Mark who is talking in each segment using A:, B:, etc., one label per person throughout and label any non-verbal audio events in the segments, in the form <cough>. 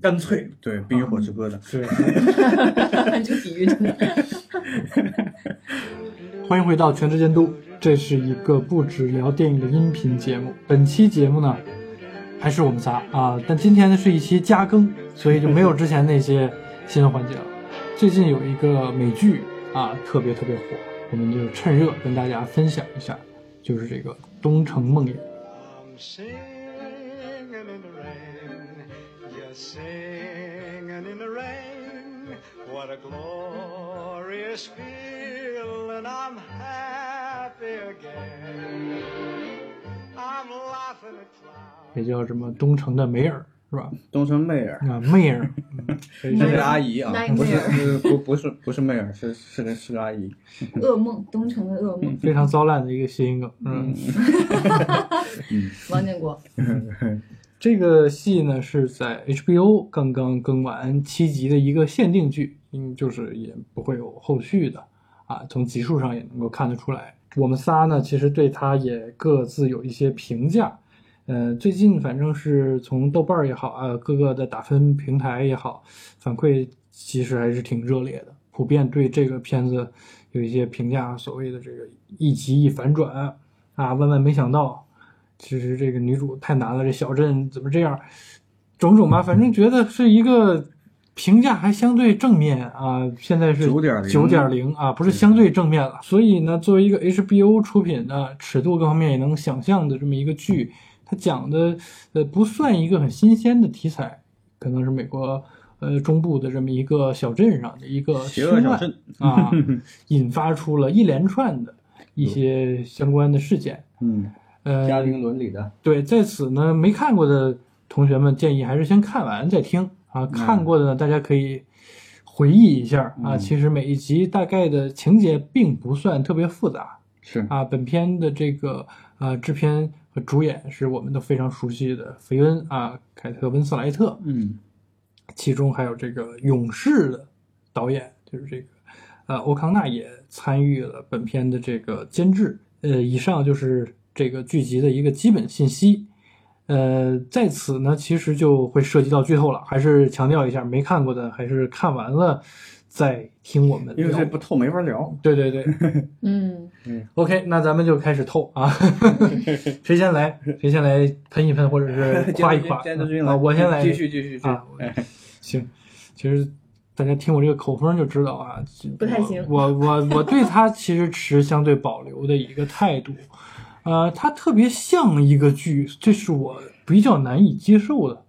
A: 干脆，啊嗯对《冰与火之歌》的。
B: 对，
C: <laughs> 就比喻这个。
B: 欢迎回到《全职监督》，这是一个不只聊电影的音频节目。本期节目呢，还是我们仨啊、但今天呢是一期加更，所以就没有之前那些新闻环节了。最近有一个美剧啊，特别特别火，我们就趁热跟大家分享一下，就是这个《东城梦魇》。
D: I'm singing in the rain. You're singing in the rain. What a glorious feeling. I'm happy again. I'm laughing at clouds.
B: 也叫什么东城的梅尔是吧？
A: 东城妹儿，
B: 啊，妹儿，嗯 <laughs> 可以
A: 那
B: 这
A: 是
B: 样
A: 阿姨啊，
C: Nightmare
A: 不是是不不是不是妹儿，是是个是个阿姨。
C: 噩梦，东城的噩梦，
B: 非常糟烂的一个谐音梗。嗯，
C: 王建国。
B: 这个戏呢是在 HBO 刚刚更完七集的一个限定剧，嗯，就是也不会有后续的啊。从集数上也能够看得出来，我们仨呢其实对它也各自有一些评价。呃，最近反正是从豆瓣儿也好啊，各个的打分平台也好，反馈其实还是挺热烈的，普遍对这个片子有一些评价，所谓的这个一集一反转啊，万万没想到，其实这个女主太难了，这小镇怎么这样，种种吧，反正觉得是一个评价还相对正面啊，现在是
A: 9.0
B: 九点零啊，不是相对正面了，所以呢，作为一个 HBO 出品的尺度各方面也能想象的这么一个剧。它讲的呃不算一个很新鲜的题材，可能是美国呃中部的这么一个小镇上的一个
A: 邪恶
B: 凶
A: 小
B: 案
A: 镇 <laughs>
B: 啊，引发出了一连串的一些相关的事件。
A: 嗯，
B: 呃，
A: 家庭伦理的，
B: 对，在此呢，没看过的同学们建议还是先看完再听啊。看过的呢，大家可以回忆一下啊。
A: 嗯
B: 其实每一集大概的情节并不算特别复杂
A: 是
B: 啊。本片的这个呃制片和主演是我们都非常熟悉的菲恩啊，凯特温斯莱特，
A: 嗯
B: 其中还有这个勇士的导演，就是这个呃欧康纳也参与了本片的这个监制。呃，以上就是这个剧集的一个基本信息。呃，在此呢，其实就会涉及到剧透了，还是强调一下，没看过的还是看完了再听我们
A: 因为
B: 聊
A: 这。不透没法聊。
B: 对对对
C: 嗯，
B: ，OK，那咱们就开始透啊， <laughs> 谁先来？谁先来喷一喷，或者
A: <laughs>
B: 是夸一夸？
A: 监督君
B: 啊，我先来。
A: 继续继续继续
B: 啊，我行，其实大家听我这个口风就知道啊，这
C: 不太行
B: 我我我我对他其实持相对保留的一个态度，呃，他特别像一个剧，这是我比较难以接受的，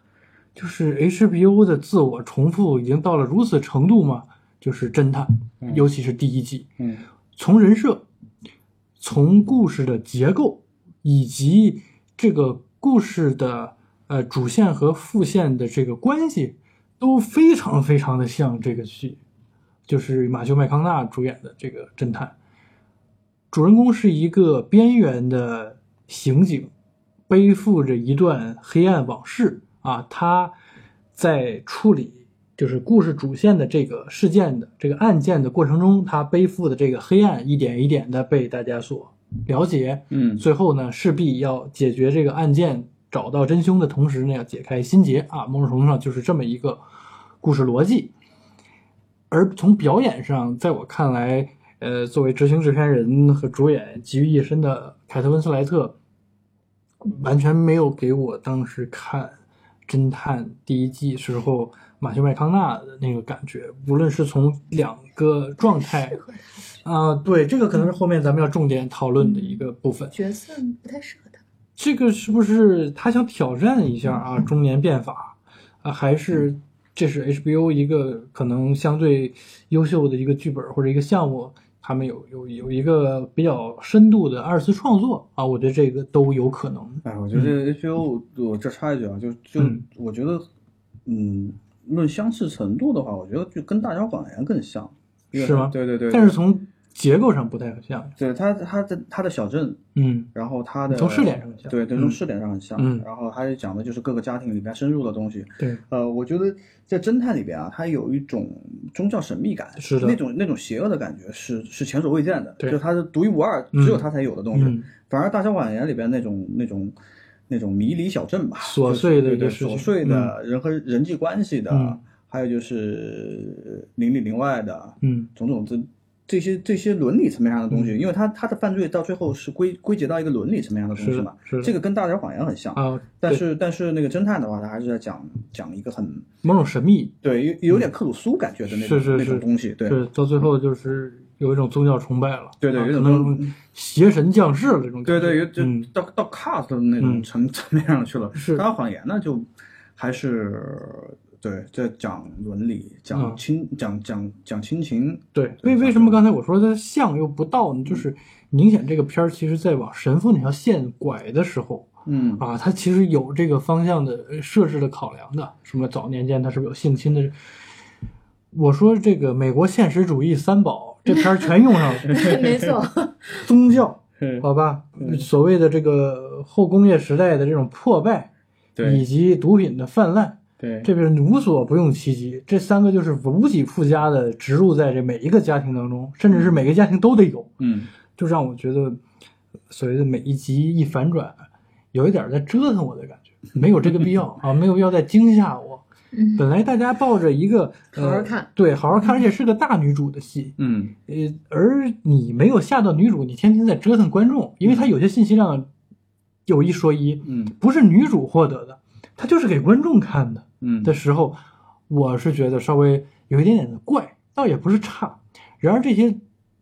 B: 就是 HBO 的自我重复已经到了如此程度吗？就是侦探，尤其是第一季，
A: 嗯
B: 从人设、从故事的结构以及这个故事的呃主线和副线的这个关系，都非常非常的像这个剧，就是马修麦康纳主演的这个侦探。主人公是一个边缘的刑警，背负着一段黑暗往事啊，他在处理就是故事主线的这个事件的这个案件的过程中，他背负的这个黑暗一点一点的被大家所了解，
A: 嗯
B: 最后呢，势必要解决这个案件，找到真凶的同时呢，要解开心结啊，某种程度上就是这么一个故事逻辑。而从表演上，在我看来，呃，作为执行制片人和主演集于一身的凯特温斯莱特，完全没有给我当时看《侦探》第一季时候马修麦康纳的那个感觉，无论是从两个状态，啊、对，这个可能是后面咱们要重点讨论的一个部分。
C: 角色不太适合他。 <laughs>
B: 这个是不是他想挑战一下
A: 嗯
B: 啊中年变法啊，还是这是 HBO 一个可能相对优秀的一个剧本或者一个项目，他们有有有一个比较深度的二次创作啊，我觉得这个都有可能。
A: 哎，我觉得 HBO，我这插一句啊，就就
B: 嗯
A: 我觉得，嗯，论相似程度的话，我觉得就跟大脚板岩更像，因为
B: 是吗
A: 对对对，
B: 但是从结构上不太像，
A: 对他他的他的小镇，
B: 嗯
A: 然后他的
B: 从试点上很像
A: 对对，
B: 嗯
A: 从试点上很像。
B: 嗯
A: 然后他就讲的就是各个家庭里边深入的东西。
B: 对，
A: 呃，我觉得在侦探里边啊，它有一种宗教神秘感，
B: 是的
A: 那种那种邪恶的感觉是是前所未见的，
B: 对
A: 就它是独一无二，
B: 嗯
A: 只有它才有的东西。
B: 嗯
A: 反而《大小谎言》里边那种那种那种迷离小镇吧，
B: 琐碎的
A: 就是
B: 一个
A: 对对
B: 事情
A: 琐碎的人和人际关系的，
B: 嗯
A: 还有就是邻里邻外的
B: 嗯
A: 种种这这些这些伦理层面上的东西，因为他他的犯罪到最后是归归结到一个伦理层面上的东
B: 是
A: 西
B: 的
A: 嘛
B: 是的，
A: 这个跟大脚谎言很像，
B: 啊，
A: 但
B: 对
A: 是但是那个侦探的话，他还是在讲讲一个很
B: 某种神秘，
A: 对有有点克鲁苏感觉的那种
B: 嗯是是
A: 那种
B: 是
A: 东西，对
B: 是到最后就是有一种宗教崇拜了，
A: 对对
B: 啊
A: 有
B: 可
A: 种
B: 能邪神降世了这种感
A: 对
B: 觉，
A: 对，有就
B: 嗯
A: 到到 cast 的那种
B: 嗯
A: 层层面上去了。
B: 是
A: 大脚谎言呢，就还是对在讲伦理，讲
B: 嗯
A: 亲讲讲讲亲情，
B: 对，
A: 对
B: 为
A: 咱
B: 为什
A: 们
B: 么刚才我说它像又不到呢？就是明显这个片儿其实在往神父那条线拐的时候
A: 嗯
B: 啊，它其实有这个方向的呃设置的考量的。什么早年间它是不是有性侵的？我说这个美国现实主义三宝这片儿全
A: <laughs>
B: 用上了，
C: 没错，
B: 宗教
A: 嗯
B: 好吧，所谓的这个后工业时代的这种破败，以
A: 对
B: 及毒品的泛滥，
A: 对
B: 这边无所不用其极，这三个就是无几附加的植入在这每一个家庭当中，甚至是每个家庭都得有，
A: 嗯
B: 就让我觉得所谓的每一集一反转，有一点在折腾我的感觉，没有这个必要啊，没有必要再惊吓我。
C: 嗯
B: 本来大家抱着一个、呃、
C: 好好看，
B: 对，好好看，而且是个大女主的戏，
A: 嗯
B: 呃，而你没有吓到女主，你天天在折腾观众，因为她有些信息量有一说一，
A: 嗯
B: 不是女主获得的，她就是给观众看的。
A: 嗯
B: 的时候，我是觉得稍微有一点点的怪，倒也不是差。然而这些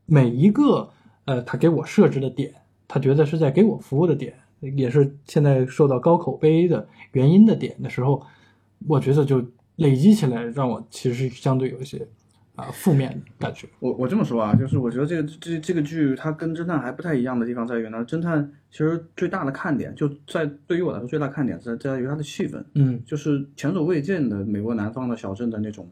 B: 每一个呃，他给我设置的点，他觉得是在给我服务的点，也是现在受到高口碑的原因的点的时候，我觉得就累积起来，让我其实相对有一些啊、负面的感觉。
A: 我我这么说啊，就是我觉得这个这这个剧它跟侦探还不太一样的地方在于呢，侦探其实最大的看点就在对于我来说最大看点在在于它的气氛，
B: 嗯
A: 就是前所未见的美国南方的小镇的那种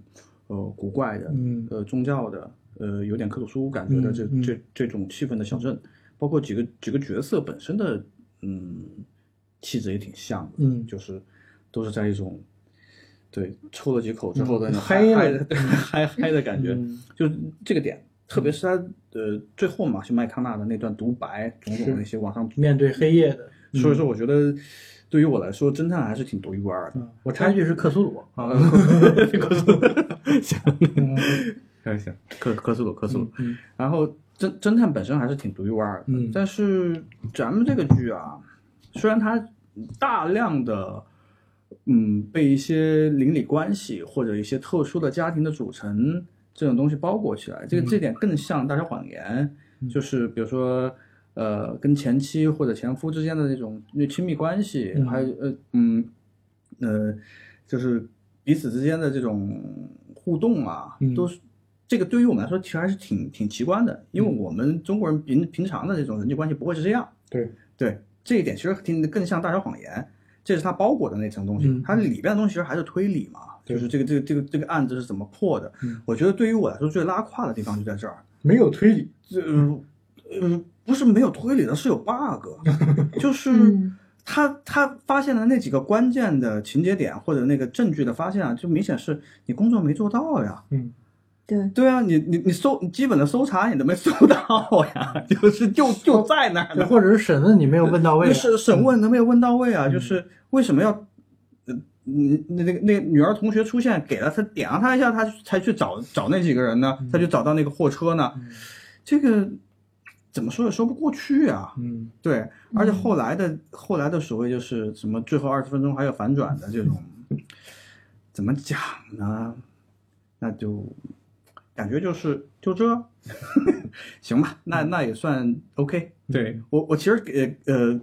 A: 呃古怪的
B: 嗯
A: 呃宗教的呃有点克鲁苏感觉的这、
B: 嗯嗯嗯
A: 这这种气氛的小镇，包括几个几个角色本身的嗯气质也挺像的，
B: 嗯
A: 就是都是在一种对抽了几口之后的
B: 嗯
A: 那种
B: 嗨了
A: 的嗨嗨的感觉，
B: 嗯
A: 就这个点，特别是他呃最后嘛，是麦康纳的那段独白，种种
B: 是
A: 那些往上，
B: 面对黑夜的，
A: 所以说我觉得对于我来说，侦探还是挺独一无二的。
B: 嗯我插一句是克苏 <laughs> 鲁啊，
A: 克苏鲁，
B: 行，
A: 行行，克克苏鲁，克苏鲁。
B: 嗯
A: 然后侦侦探本身还是挺独一无二的，
B: 嗯
A: 但是咱们这个剧啊，虽然它大量的嗯被一些邻里关系或者一些特殊的家庭的组成这种东西包裹起来，这个
B: 嗯
A: 这点更像《大小谎言》就是比如说。呃，跟前妻或者前夫之间的那种那亲密关系，
B: 嗯
A: 还有呃嗯呃，就是彼此之间的这种互动啊，
B: 嗯
A: 都是这个对于我们来说其实还是挺挺奇观的，因为
B: 嗯
A: 我们中国人平平常的这种人际关系不会是这样。
B: 对
A: 对，这一点其实挺更像大小谎言，这是它包裹的那层东西，
B: 嗯
A: 它里边的东西其实还是推理嘛，
B: 对
A: 就是这个这个这个这个案子是怎么破的。
B: 嗯
A: 我觉得对于我来说最拉胯的地方就在这儿，
B: 没有推理，
A: 这呃呃不是没有推理的，是有
B: <laughs>
A: bug，就是。
C: 嗯
A: 他他发现的那几个关键的情节点或者那个证据的发现啊，就明显是你工作没做到呀。
B: 嗯，
C: 对，
A: 对啊，你你你搜你基本的搜查你都没搜到呀， <laughs> 就是就就在那儿呢，
B: 或者是审问你没有问到位嗯
A: 那
B: 啊，
A: 审审问都没有问到位啊，就是为什么要，呃，嗯那那个那个女儿同学出现，给了他点了他一下，他才去找找那几个人
B: 嗯
A: 呢，他就找到那个货车呢，这个怎么说也说不过去啊。
B: 嗯
A: 对，而且后来的、后来的所谓就是什么最后二十分钟还有反转的这种，怎么讲呢？那就感觉就是就这， <laughs> 行吧，那那也算 OK 对。我我其实给呃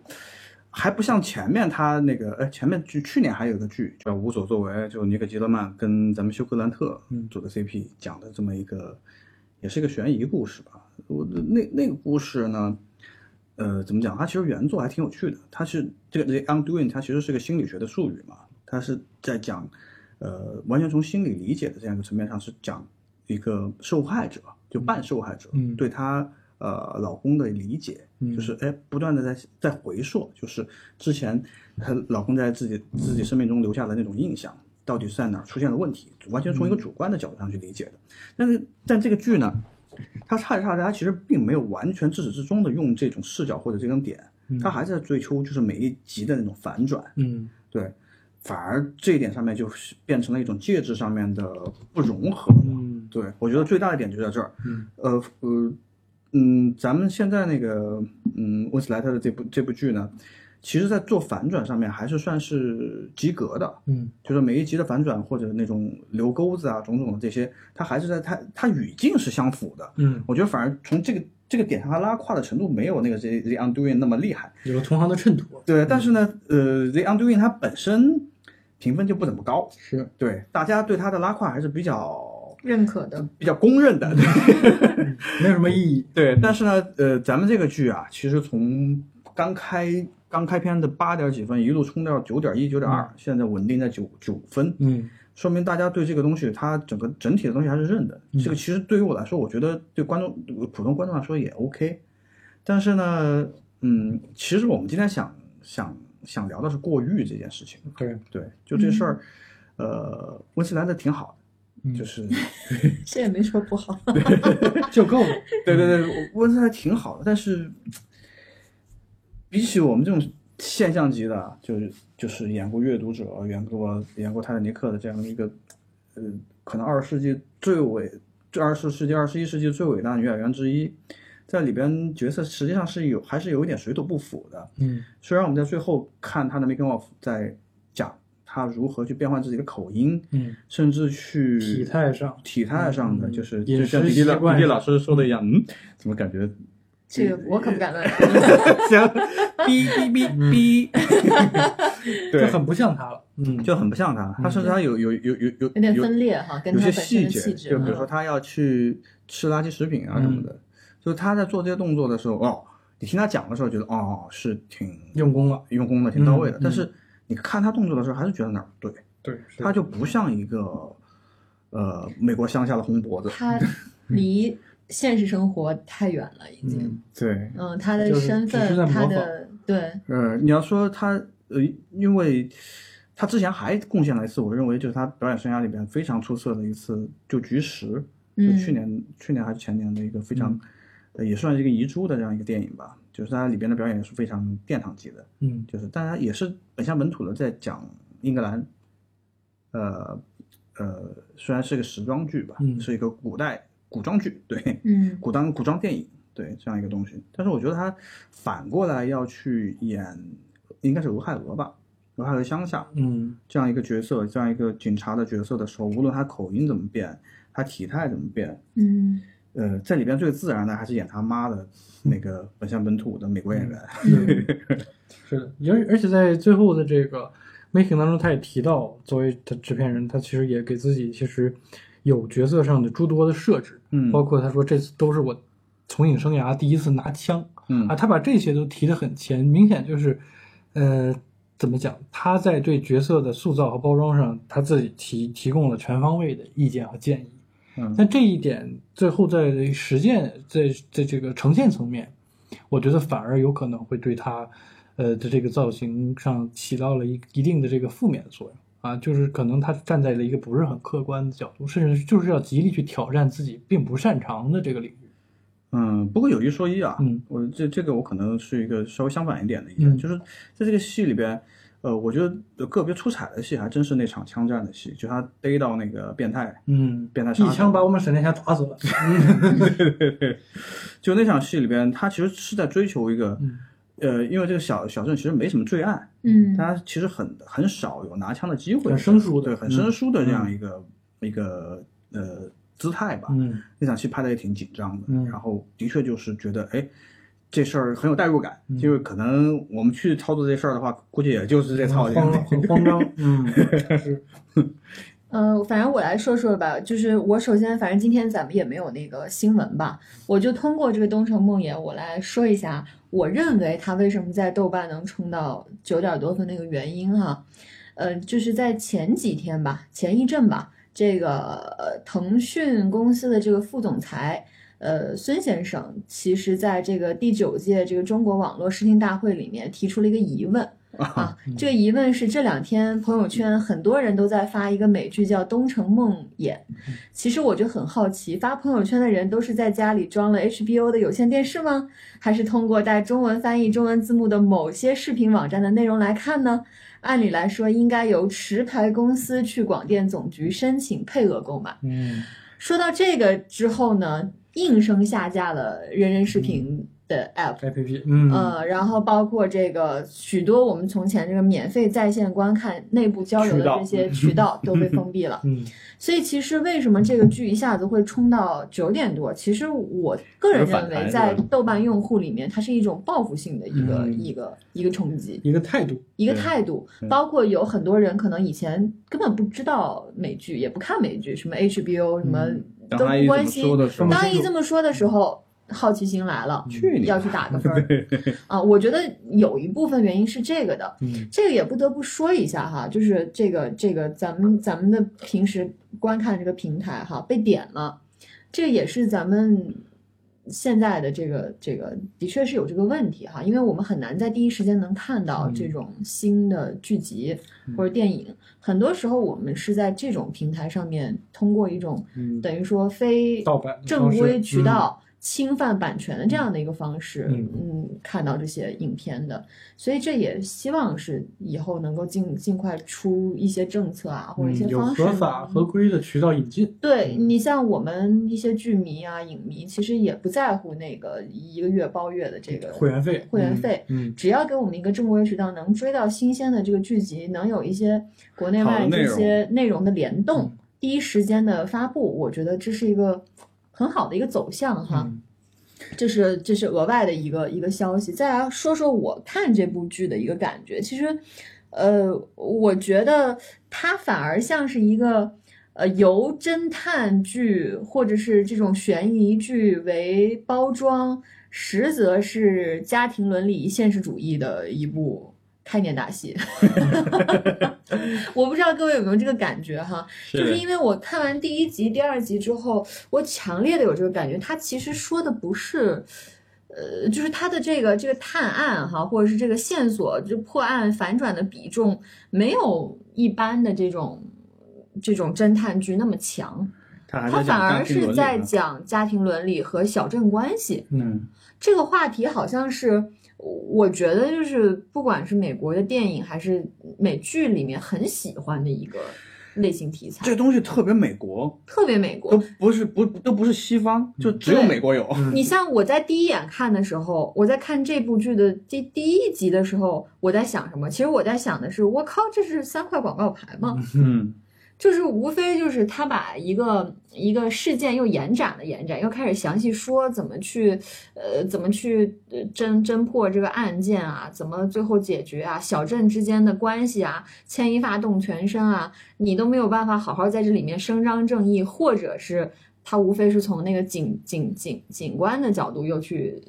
A: 还不像前面他那个，呃，前面剧去年还有个剧叫《无所作为》，就尼克基德曼跟咱们休格兰特
B: 嗯
A: 组的 CP 讲的这么一个，也是一个悬疑故事吧。我那那个故事呢，呃，怎么讲？它其实原作还挺有趣的。它是这个这个 undoing，它其实是个心理学的术语嘛，它是在讲，呃，完全从心理理解的这样一个层面上是讲一个受害者，就半受害者、
B: 嗯
A: 对她呃老公的理解。
B: 嗯
A: 就是哎，不断的在在回溯，就是之前她老公在自己自己生命中留下的那种印象，到底是在哪儿出现了问题，完全
B: 嗯
A: 从一个主观的角度上去理解的。但是但这个剧呢，它恰恰它其实并没有完全自始至终的用这种视角或者这种点
B: 嗯
A: 他还在追求就是每一集的那种反转，
B: 嗯
A: 对，反而这一点上面就是变成了一种介质上面的不融合了。
B: 嗯
A: 对，我觉得最大的点就在这儿。
B: 嗯
A: 呃呃嗯，咱们现在那个嗯温斯莱特的这部这部剧呢，其实在做反转上面还是算是及格的，
B: 嗯
A: 就是每一集的反转或者那种留钩子啊种种的这些，它还是在它它语境是相符的。
B: 嗯，
A: 我觉得反而从这个这个点上，它拉胯的程度没有那个 The The Undoing 那么厉害。
B: 有了同行的衬托，
A: 对，但是呢，呃，The Undoing 它本身评分就不怎么高，
B: 是
A: 对，大家对它的拉胯还是比较
C: 认可的，
A: 比较公认的。对
B: 没有什么意义。
A: 对，但是呢，呃，咱们这个剧啊，其实从刚开刚开篇的八点几分，一路冲到九点一、九点二，现在稳定在九九分，
B: 嗯
A: 说明大家对这个东西，它整个整体的东西还是认的。
B: 嗯
A: 这个其实对于我来说，我觉得对观众普通观众来说也 OK。但是呢，嗯，其实我们今天想想想聊的是过誉这件事情。
B: 对，
A: 对，就这事儿，呃，温斯莱特挺好的，
B: 嗯
A: 就是
C: 这也没说不好。
B: 就够了。
A: 对对对，温斯还挺好的，但是比起我们这种现象级的啊，就是就是演过《阅读者》、演过演过《泰坦尼克》的这样的一个，呃，可能二十世纪最伟、最二十世纪、二十一世纪最伟大的女演员之一，在里边角色实际上是有还是有一点水土不服的。
B: 嗯
A: 虽然我们在最后看她的 making of 在讲她如何去变换自己的口音，
B: 嗯，
A: 甚至去
B: 体态上，
A: 体态上的，
B: 嗯
A: 就是
B: 饮
A: 就像
B: 食
A: 迪迪
B: 习
A: 老
B: 惯
A: 迪迪
B: 上
A: 老师说的一样，嗯，怎么感觉 <laughs>
C: 这个我可不敢乱说。
A: 像哔哔哔哔，<laughs>
B: 就
A: 对，
B: 很不像他了。嗯，
A: 就很不像他，他甚至他有有有有有
C: 有点
A: 有
C: 分裂哈，跟
A: 有些
C: 他本身
A: 细
C: 的
A: 节，
C: 气质。
A: 就比如说
C: 嗯，
A: 他要去吃垃圾食品啊什么的，就是他在做这些动作的时候，哦，你听他讲的时候觉得哦是挺
B: 用功了。
A: 用功的，挺到位的
B: 嗯，
A: 但是你看他动作的时候，还是觉得哪儿不对，
B: 对，是
A: 他就不像一个呃美国乡下的红脖子，
C: 他离现实生活太远了，已经。
B: 嗯
A: 对，
C: 嗯，他的
B: 就是
C: 身
B: 只是
C: 份
B: 在模，
C: 他
B: 仿
C: 的对，
A: 呃，你要说他，呃，因为他之前还贡献了一次，我认为就是他表演生涯里边非常出色的一次，就《菊石》，
C: 嗯
A: 就去年、去年还是前年的一个非常，呃，也算是一个遗珠的这样一个电影吧。就是他里边的表演也是非常殿堂级的，
B: 嗯
A: 就是当然也是本乡本土的在讲英格兰，呃呃，虽然是个时装剧吧，
B: 嗯
A: 是一个古代古装剧，对，
C: 嗯
A: 古当古装电影，对这样一个东西。但是我觉得他反过来要去演，应该是俄亥俄吧，俄亥俄乡下
B: <laughs> 嗯
A: 这样一个角色，这样一个警察的角色的时候，无论他口音怎么变，他体态怎么变，
C: 嗯
A: 呃，在里边最自然的还是演他妈的那个本乡本土的美国演员。
C: 嗯
B: 是的，而而且在最后的这个 making 当中，他也提到，作为他制片人，他其实也给自己其实有角色上的诸多的设置，
A: 嗯
B: 包括他说这次都是我从影生涯第一次拿枪
A: 嗯
B: 啊，他把这些都提得很前，明显就是，呃，怎么讲，他在对角色的塑造和包装上，他自己提提供了全方位的意见和建议。
A: 嗯
B: 但这一点最后在实践在在这个呈现层面，我觉得反而有可能会对他，呃的这个造型上起到了一一定的这个负面作用啊，就是可能他站在了一个不是很客观的角度，甚至就是要极力去挑战自己并不擅长的这个领域。
A: 嗯，不过有一说一啊，
B: 嗯
A: 我这这个我可能是一个稍微相反一点的意见，
B: 嗯
A: 就是在这个戏里边，呃，我觉得个别出彩的戏还真是那场枪战的戏，就他逮到那个变态，
B: 嗯，
A: 变态杀手
B: 一枪
A: <laughs>
B: 把我们沈殿霞打死了。
A: 就那场戏里边，他其实是在追求一个，
B: 嗯
A: 呃，因为这个小小镇其实没什么罪案，
C: 嗯
A: 他其实很很少有拿枪的机会，
B: 很生疏的嗯
A: 对，很生疏的这样一个、一个呃姿态吧。
B: 嗯
A: 那场戏拍的也挺紧张的，
B: 嗯
A: 然后的确就是觉得，哎，这事儿很有代入感，
B: 嗯
A: 就是可能我们去操作这事儿的话，估计也就是这操
B: 很慌 <laughs>
A: 作。
B: 很慌张。嗯，是
C: 呃，反正我来说说吧，就是我首先，反正今天咱们也没有那个新闻吧，我就通过这个《东城梦魇》，我来说一下，我认为它为什么在豆瓣能冲到九点多分那个原因哈、呃，就是在前几天吧，前一阵吧，这个呃腾讯公司的这个副总裁。呃，孙先生其实在这个第九届这个中国网络视听大会里面提出了一个疑问，啊。这个疑问是这两天朋友圈很多人都在发一个美剧叫《东城梦魇》，其实我就很好奇，发朋友圈的人都是在家里装了 HBO 的有线电视吗？还是通过带中文翻译、中文字幕的某些视频网站的内容来看呢？按理来说，应该由持牌公司去广电总局申请配额购买。
B: 嗯，
C: 说到这个之后呢，应声下架了人人视频的 app，、
B: A P P，嗯，。
C: 呃，然后包括这个许多我们从前这个免费在线观看、内部交流
A: 渠道
C: 的这些渠道都被封闭了
B: 嗯，
C: <laughs> 所以其实为什么这个剧一下子会冲到九点多？其实我个人
A: 有反
C: 认为，
A: 弹
C: 在
A: 是吧
C: 豆瓣用户里面，它是一种报复性的一个、
B: 嗯
C: 一个一个冲击。
B: 一个态度，
C: 一个
A: 对
C: 态度
A: 对，
C: 包括有很多人可能以前根本不知道美剧，也不看美剧，什么 HBO 什么
B: 嗯
A: 当
C: 都
A: 阿姨
C: 不
A: 这么
C: 关心
A: 说。的时候
B: 不，
C: 当
B: 清
C: 阿姨
B: 楚
C: 这么说的时候，好奇心来了，
A: 去你
C: 要去打
A: <laughs>
C: 个分儿啊！我觉得有一部分原因是这个的，
B: 嗯
C: 这个也不得不说一下哈，就是这个这个咱们咱们的平时观看这个平台哈被点了，这个也是咱们现在的这个这个的确是有这个问题哈，因为我们很难在第一时间能看到
B: 嗯
C: 这种新的剧集或者电影，很多时候我们是在这种平台上面通过一种
B: 嗯，
C: 等于说非
B: 盗版的
C: 正
B: 方式
C: 规渠，道侵犯版权的这样的一个方式，
B: 嗯
C: 嗯，看到这些影片的，所以这也希望是以后能够尽尽快出一些政策啊，或者一些
B: 嗯，有
C: 方式
B: 合
C: 能。
B: 法嗯合规的渠道引进，
C: 对你像我们一些剧迷啊、影迷，其实也不在乎那个一个月包月的这个
B: 会员费，
C: 会员费，
B: 嗯，
C: 只要给我们一个正规渠道，能追到新鲜的这个剧集，能有一些国内
A: 好
C: 外
A: 的内
C: 这
A: 容
C: 些内容的联动，
B: 嗯
C: 第一时间的发布，我觉得这是一个很好的一个走向哈。
B: 嗯
C: 这是这是额外的一个一个消息。再来说说我看这部剧的一个感觉，其实，呃，我觉得它反而像是一个。呃，由侦探剧或者是这种悬疑剧为包装，实则是家庭伦理、现实主义的一部开年大戏。 <laughs> 我不知道各位有没有这个感觉哈，就是因为我看完第一集、第二集之后，我强烈的有这个感觉，他其实说的不是。呃，就是他的这个这个探案哈，或者是这个线索就破案反转的比重，没有一般的这种这种侦探剧那么强，
A: 他还
C: 他
A: 在
C: 反
A: 讲
C: 而
A: 家庭
C: 是
A: 伦理
C: 在
A: 呢
C: 讲家庭伦理和小镇关系。
A: 嗯，
C: 这个话题好像是，我觉得就是不管是美国的电影还是美剧里面很喜欢的一个类型题材，
A: 这东西特别美国，
C: 特别美
A: 都
C: 国。
A: 不是不都不是西方，就只有
C: 对
A: 美国有。
C: 你像我在第一眼看的时候，我在看这部剧的第第一集的时候，我在想什么？其实我在想的是，我靠，这是三块广告牌吗？
A: 嗯，
C: 就是无非就是他把一个一个事件又延展了延展，又开始详细说怎么去呃怎么去呃侦侦破这个案件啊，怎么最后解决啊，小镇之间的关系啊，牵一发动全身啊，你都没有办法好好在这里面伸张正义，或者是他无非是从那个警警警警官的角度又去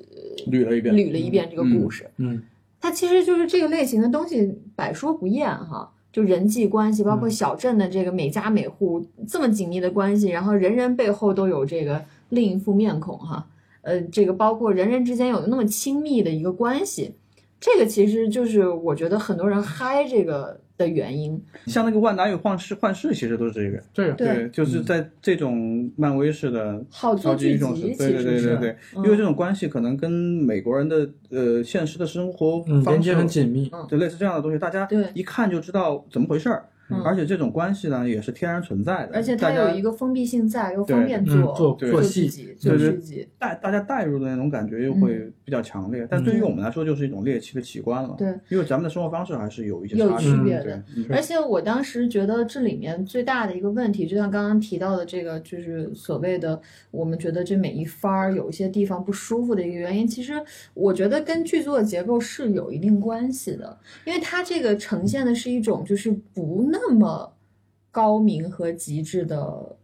A: 捋了一
C: 呃
A: 遍，
C: 捋了一遍这个故事。
B: 嗯，
C: 它其实就是这个类型的东西百说不厌哈，就人际关系，
A: 嗯
C: 包括小镇的这个每家每户这么紧密的关系，然后人人背后都有这个另一副面孔哈，呃，这个包括人人之间有那么亲密的一个关系，这个其实就是我觉得很多人嗨这个的原因。
A: 像那个《万达与幻视》，幻视其实都是这个。
B: 对啊，
C: 对
A: 就是在这种漫威式的
C: 好做
A: 超级英
C: 剧
A: 雄式，
C: 集
A: 对对对
C: 其实
A: 对
C: 是
A: 对，
C: 嗯
A: 因为这种关系可能跟美国人的呃现实的生活
B: 嗯，连
A: 方
B: 接
A: 式
B: 很紧密，
A: 就类似这样的东西，大家
C: 对
A: 一看就知道怎么回事儿
C: 嗯。
A: 而且这种关系呢，也是天然存在的，
C: 而且
A: 大
C: 它
A: 家
C: 有一个封闭性在，又
A: 对
C: 方便做、
B: 嗯做
A: 对
B: 做
C: 剧
B: 戏
C: 集、做
A: 对对
C: 剧集，
A: 带大家带入的那种感觉又会比较强烈。但对于我们来说，就是一种猎奇的奇观了。
C: 嗯对，
A: 因为咱们的生活方式还是有一些
C: 有
A: 差
C: 区
A: 距
C: 别
A: 的。
C: 的
A: 对，嗯
C: 而且我当时觉得这里面最大的一个问题，就像刚刚提到的这个，就是所谓的我们觉得这每一番儿有一些地方不舒服的一个原因，其实我觉得跟剧作结构是有一定关系的，因为它这个呈现的是一种就是不那么高明和极致的，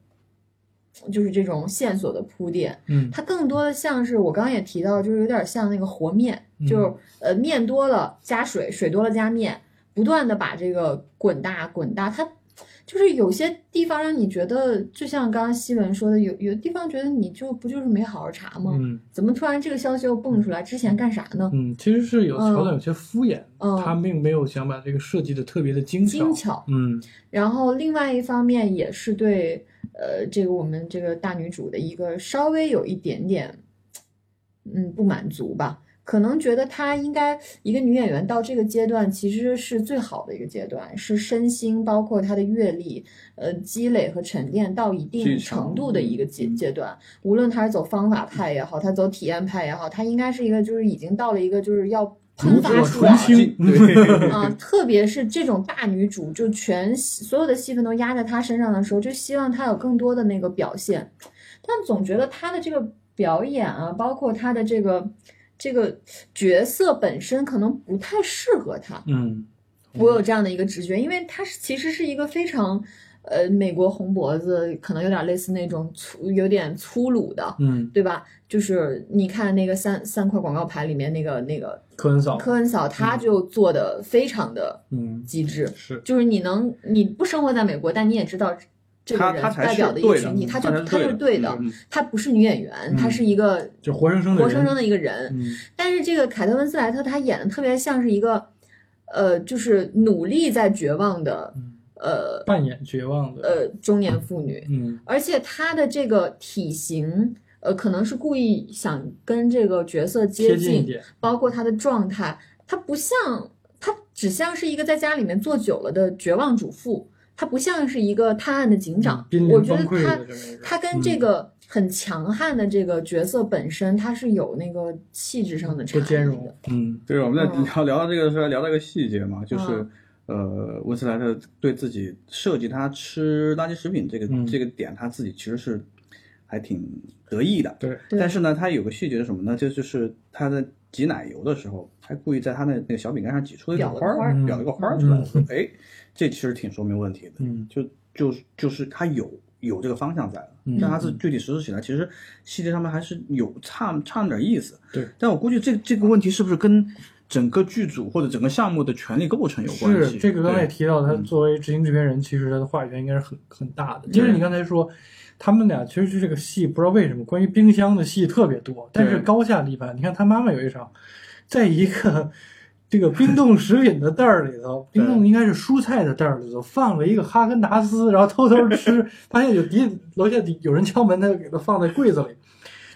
C: 就是这种线索的铺垫。
B: 嗯，
C: 它更多的像是我刚刚也提到，就是有点像那个和面，
B: 嗯
C: 就是呃面多了加水，水多了加面，不断的把这个滚大滚大。它就是有些地方让你觉得，就像刚刚西文说的，有有的地方觉得你就不就是没好好查吗？
B: 嗯
C: 怎么突然这个消息又蹦出来？之前干啥呢？
B: 嗯，其实是有桥段有些敷衍，
C: 嗯
B: 他并没有想把这个设计的特别的精巧。
C: 精巧。
B: 嗯
C: 然后另外一方面也是对呃这个我们这个大女主的一个稍微有一点点嗯不满足吧，可能觉得她应该一个女演员到这个阶段其实是最好的一个阶段，是身心包括她的阅历呃积累和沉淀到一
A: 技
C: 定
A: 巧
C: 程度的一个阶
A: 嗯
C: 阶段，无论她是走方法派也好，她走体验派也好，她应该是一个就是已经到了一个就是要。喷
B: 炉
C: 发
A: 嗯
B: 火
C: 出来
B: 纯
C: 了，
B: 青，
A: <laughs>
C: 啊，特别是这种大女主，就全戏所有的戏份都压在她身上的时候，就希望她有更多的那个表现，但总觉得她的这个表演啊，包括她的这个这个角色本身，可能不太适合她。
B: 嗯
C: 我有这样的一个直觉，因为她是其实是一个非常。呃，美国红脖子可能有点类似那种粗，有点粗鲁的，
B: 嗯，
C: 对吧？就是你看那个三三块广告牌里面那个那个
B: 科恩嫂，
C: 科恩嫂，她就做的非常的
B: 嗯
C: 机制，
B: 是，
C: 就是你能你不生活在美国，但你也知道这个
A: 他
C: 人
A: 他才
C: 代
A: 是
C: 表的一个
A: 对的嗯
C: 群体，，他就
A: 才
C: 他就是是对的，
A: 嗯
C: 他不是女演员，他
B: 嗯
C: 是一个
B: 就活生生的
C: 活
B: 人，
C: 生生的一个人。
B: 嗯
C: 但是这个凯特温斯莱特她演的特别像是一个，呃，就是努力在绝望的
B: 嗯，
C: 呃
B: 扮演绝望的，
C: 呃中年妇女，
B: 嗯
C: 而且她的这个体型。呃，可能是故意想跟这个角色接
B: 贴近一点，
C: 包括她的状态，她不像，她只像是一个在家里面坐久了的绝望主妇，她不像是一个探案的警长。
B: 嗯濒临
C: 我觉
B: 崩
C: 得
B: 溃
C: 她
B: 的嗯这么一个人，
C: 她跟这个很强悍的这个角色本身，她是有那个气质上的
B: 不
C: 差异
B: 兼
C: 的
B: 容。，嗯
A: 对，我们在
C: 嗯
A: 聊聊到这个时候，聊到一个细节嘛，就是呃，温斯莱特对自己设计他吃垃圾食品这个
B: 嗯
A: 这个点，他自己其实是还挺得意的。
B: 对，
C: 对
A: 但是呢，他有个细节是什么呢？就就是他在挤奶油的时候，还故意在他那那个小饼干上挤出了一朵
C: 裱了
A: 花
C: 花
A: 儿，
B: 儿
A: 裱了个花儿出来。
B: 嗯
A: 我说，哎，这其实挺说明问题的。
B: 嗯
A: 就就是就是他有有这个方向在了，
B: 嗯
A: 但他是具体实施起来，其实细节上面还是有差差那点意思。
B: 对，
A: 但我估计这这个问题是不是跟整个剧组或者整个项目的权力构成有关系？
B: 是这个刚才也
A: 对
B: 提到，他
A: 嗯
B: 作为执行制片人，其实他的话语权应该是很很大的。因为你刚才说，他们俩其实就这个戏，不知道为什么关于冰箱的戏特别多，但是
A: 对
B: 高下立判。你看他妈妈有一场，在一个这个冰冻食品的袋儿
A: <laughs>
B: 里头，
A: 对
B: 冰冻应该是蔬菜的袋儿里头放了一个哈根达斯，然后偷偷吃，发现有敌楼下底有人敲门，他就给他放在柜子里，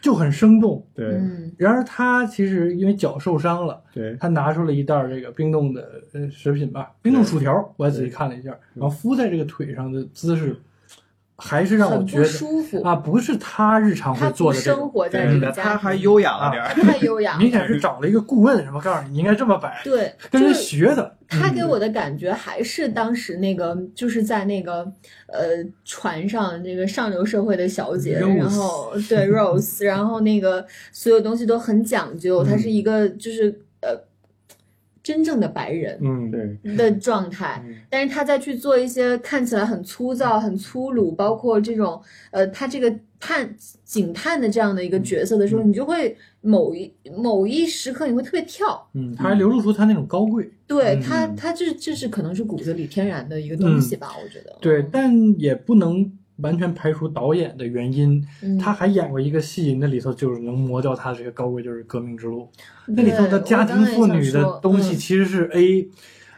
B: 就很生动。
A: 对
C: 嗯，
B: 然而他其实因为脚受伤了。
A: 对
B: 他拿出了一袋儿这个冰冻的呃食品吧，冰冻薯条，我还仔细看了一下，然后敷在这个腿上的姿势，还是让我
C: 很
B: 觉
C: 不
B: 得
C: 舒服。
B: 啊，不是他日常会
C: 她
B: 做
C: 不
B: 的这
C: 生
B: 种，
C: 活在
A: 对
C: 这
A: 的，
C: 个家
A: 他还
C: 庭，啊
A: 优雅了点儿。
C: 太优雅
B: 明
C: 了。
B: 显是找了一个顾问，什么告诉你你应该这么摆，
C: 对，
B: 跟
C: 就
B: 人
C: 是
B: 学的。
C: 他给
B: 嗯
C: 我的感觉还是当时那个，就是在那个呃船上，这个上流社会的小姐
B: Rose
C: 然后
B: <laughs>
C: 对 Rose，然后那个所有东西都很讲究，
B: 嗯
C: 她是一个就是呃真正的白人
B: 嗯，
A: 对，
C: 的状态，但是他再去做一些看起来很
B: 嗯
C: 粗糙、很粗鲁，包括这种呃，他这个探警探的这样的一个角色的时候，
B: 嗯
C: 你就会某一某一时刻你会特别跳，
B: 嗯，他还流露出他那种高贵，
C: 对
B: 嗯
C: 他，
A: 嗯
C: 他这这是可能是骨子里天然的一个东西吧，我觉得。
B: 对，
C: 嗯
B: 但也不能完全排除导演的原因，
C: 嗯
B: 他还演过一个戏，那里头就是能磨掉他这个高贵，就是《革命之路》。那里头的家庭妇女的东
C: 嗯
B: 西。其实 <laughs> 是 A，、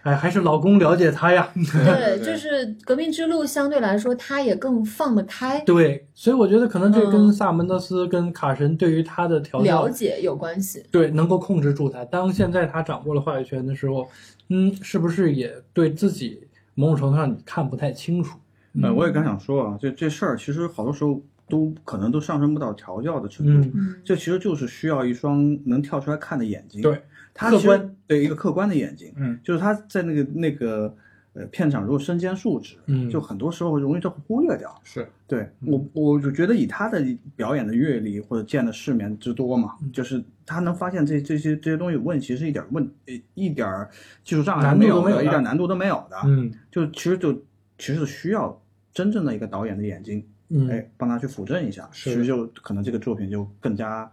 B: 哎，还是老公了解她呀。 <laughs>
C: 对我刚才也想说嗯
A: 对
C: 对，就是革命之路相对来说，他也更放得开，
B: 对，所以我觉得可能这跟
C: 嗯
B: 萨门德斯跟卡神对于她的调
C: 了
B: 教，
C: 解有关系。
B: 对能够控制住她。当现在她掌握了话语权的时候，嗯，是不是也对自己某种程度上你看不太清楚？
A: 呃，我也刚想说啊，就这事儿其实好多时候都可能都上升不到调教的程度。
B: 嗯
C: 嗯，
A: 这其实就是需要一双能跳出来看的眼睛，
B: 对，
A: 他
B: 客
A: 其实
B: 观，
A: 对一个客观的眼睛，
B: 嗯
A: 就是他在那个那个呃片场如果身兼数职，
B: 嗯，
A: 就很多时候容易就忽略掉。
B: 是
A: 对我，我就觉得以他的表演的阅历或者见的世面之多嘛，
B: 嗯
A: 就是他能发现这这些这些东西有问题是一点问呃一点儿技术障碍
B: 难
A: 没
B: 度都
A: 有
B: 没有
A: 的，一点
B: 的
A: 难度都没有的，
B: 嗯
A: 就其实就其实需要真正的一个导演的眼睛
B: 嗯
A: 哎，帮他去辅正一下，
B: 是
A: 其实就可能这个作品就更加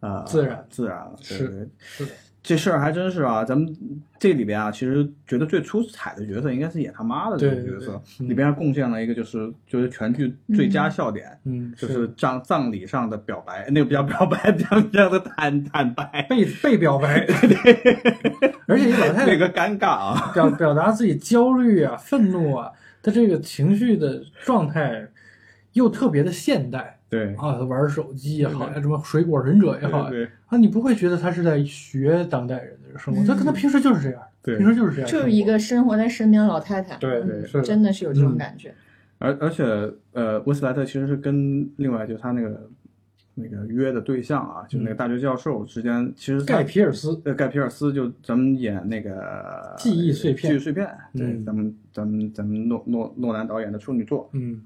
A: 呃
B: 自然
A: 自然了。对
B: 是
A: 对
B: 是的
A: 这事儿还真是啊，咱们这里边啊，其实觉得最出彩的角色应该是演他妈的这个
B: 对对
A: 角色，
B: 对嗯
A: 里边还贡献了一个就是就是全剧最佳笑点，
B: 嗯，
A: 就是葬葬礼上的表白，那个不叫表白， <laughs> 葬礼上的坦坦白，
B: 被被表 <laughs> 白，而且一老太
A: 那
B: 太
A: 个尴尬啊，
B: 表表达自己焦虑啊、愤怒啊，她这个情绪的状态又特别的现代
A: 对
B: 啊，她玩手机也好
A: 对
B: 呀，什么水果忍者也
A: 对
B: 好
A: 对
B: 啊，你不会觉得她是在学当代人的生活，
C: 嗯
B: 她可能平时就是这样，
A: 对
B: <laughs> 平时就是这样生活，
C: 就是一个生活在身边的老太太，
B: 对对
C: 嗯
B: 是的
C: 真的是有这
B: 嗯
C: 种感觉。
A: 而而且呃，温斯莱特其实是跟另外就是他那个那个约的对象啊，就那个大学教授之间，其实他
B: 嗯盖皮尔斯，
A: 呃，盖皮尔斯就咱们演那个
B: 记忆碎片
A: 记忆碎片，对，
B: 嗯
A: 咱们咱们咱们诺诺诺兰导演的处女作
B: 嗯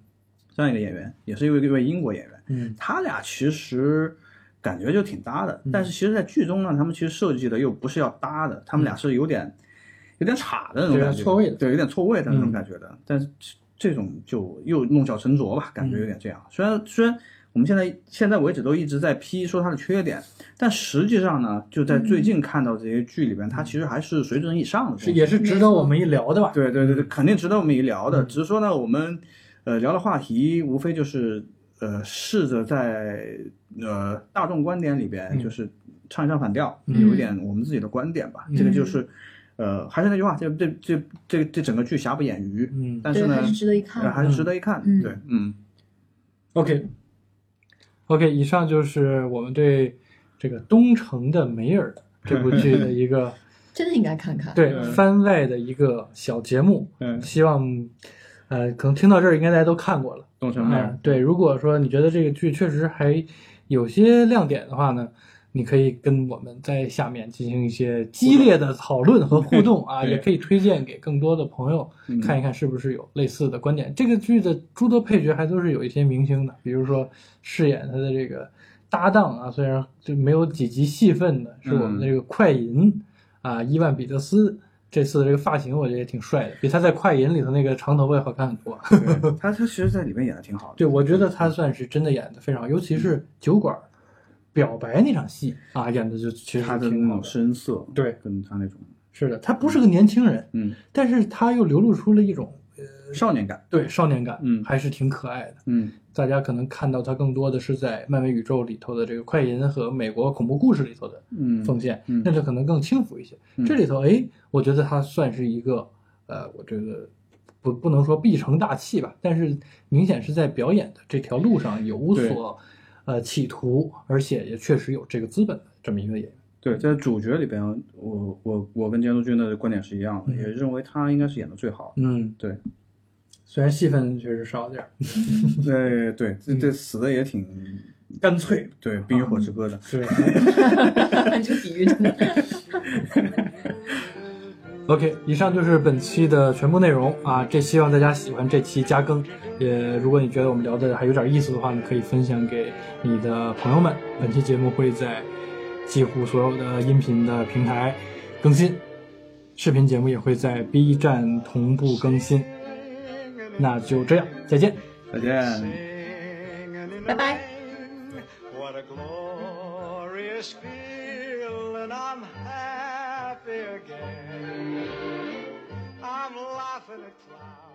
A: 这样一个演员，也是一位一位英国演员，
B: 嗯
A: 他俩其实感觉就挺搭的，
B: 嗯
A: 但是其实，在剧中呢，他们其实设计的又不是要搭的，他们俩是有点有点岔的那种
B: 嗯有点
A: 感觉，
B: 错位的
A: 对，有点错位的那种
B: 嗯
A: 感觉的，但是这种就又弄巧成拙吧，感
B: 嗯
A: 觉有点这样，虽然虽然。我们现在现在为止都一直在批说它的缺点，但实际上呢，就在最近看到这些剧里边，它其实还是水准以上的东西。
B: 嗯是也是值得我们一聊的吧？
A: 嗯对对对对，肯定值得我们一聊的。
B: 嗯
A: 只是说呢，我们呃聊的话题无非就是呃试着在呃大众观点里边，
B: 嗯
A: 就是唱一唱反调，
B: 嗯
A: 有一点我们自己的观点吧。
B: 嗯
A: 这个就是呃还是那句话，这这这这这整个剧瑕不掩瑜，
B: 嗯
A: 但
C: 对，
A: 是呢
C: 还是值得一看
A: 呃
C: 的。
A: 还是值得一看。
C: 嗯
A: 对，嗯，
B: OK OK，以上就是我们对这个《东城的梅尔》这部剧的一
A: <laughs>
B: 个
C: 真的应该看看。
B: 对
A: 嗯
B: 番外的一个小节目。
A: 嗯
B: 希望呃，可能听到这儿应该大家都看过了。
A: 东城
B: 嗯、
A: 妹儿，
B: 对，如果说你觉得这个剧确实还有些亮点的话呢，你可以跟我们在下面进行一些激烈的讨论和
A: <laughs>
B: 互动啊，
A: 对
B: 也可以推荐给更多的朋友
A: 嗯
B: 看一看是不是有类似的观点。这个剧的诸多配角还都是有一些明星的，比如说饰演他的这个搭档啊，虽然就没有几集戏份的，是我
A: 嗯
B: 们的这个快银。啊，伊万彼得斯这次的这个发型我觉得也挺帅的，比他在《快银》里头那个长头发要好看很多。啊
A: 对他他其实在里面演的挺好的。
B: 对，我觉得他算是真的演的非常好，尤其是酒馆儿表白那场戏啊，演的就其实
A: 他的
B: 挺
A: 那
B: 好
A: 种
B: 的。
A: 深色，
B: 对，
A: 跟他那种
B: 是的，他不是个年轻人，
A: 嗯
B: 但是他又流露出了一种
A: 少年感，
B: 对少年感，
A: 嗯
B: 还是挺可爱的。
A: 嗯
B: 大家可能看到他更多的是在漫威宇宙里头的这个快银和美国恐怖故事里头的
A: 嗯，
B: 奉献，
A: 嗯
B: 那就可能更轻浮一些。
A: 嗯
B: 这里头，哎，我觉得它算是一个，呃，我觉得不不能说必成大器吧，但是明显是在表演的这条路上有
A: 对
B: 所呃企图，而且也确实有这个资本的这么一个演员。
A: 对，在主角里边，我我我跟监督君的观点是一样的，
B: 嗯
A: 也认为他应该是演的最好的。
B: 嗯，
A: 对，
B: 虽然戏份确实少点儿，
A: 对对，这这死的也挺嗯干脆，嗯对，《冰与火之歌》的。
B: 对。
C: <laughs> 这比喻真的
B: OK，以上就是本期的全部内容啊！这希望大家喜欢这期加更，也如果你觉得我们聊的还有点意思的话，你可以分享给你的朋友们。本期节目会在几乎所有的音频的平台更新，视频节目也会在 B 站同步更新。 <laughs> 那就这样，再见。
A: 再见。
C: 拜拜。
D: What a glorious feel, and I'm happy again. I'm laughing at clouds.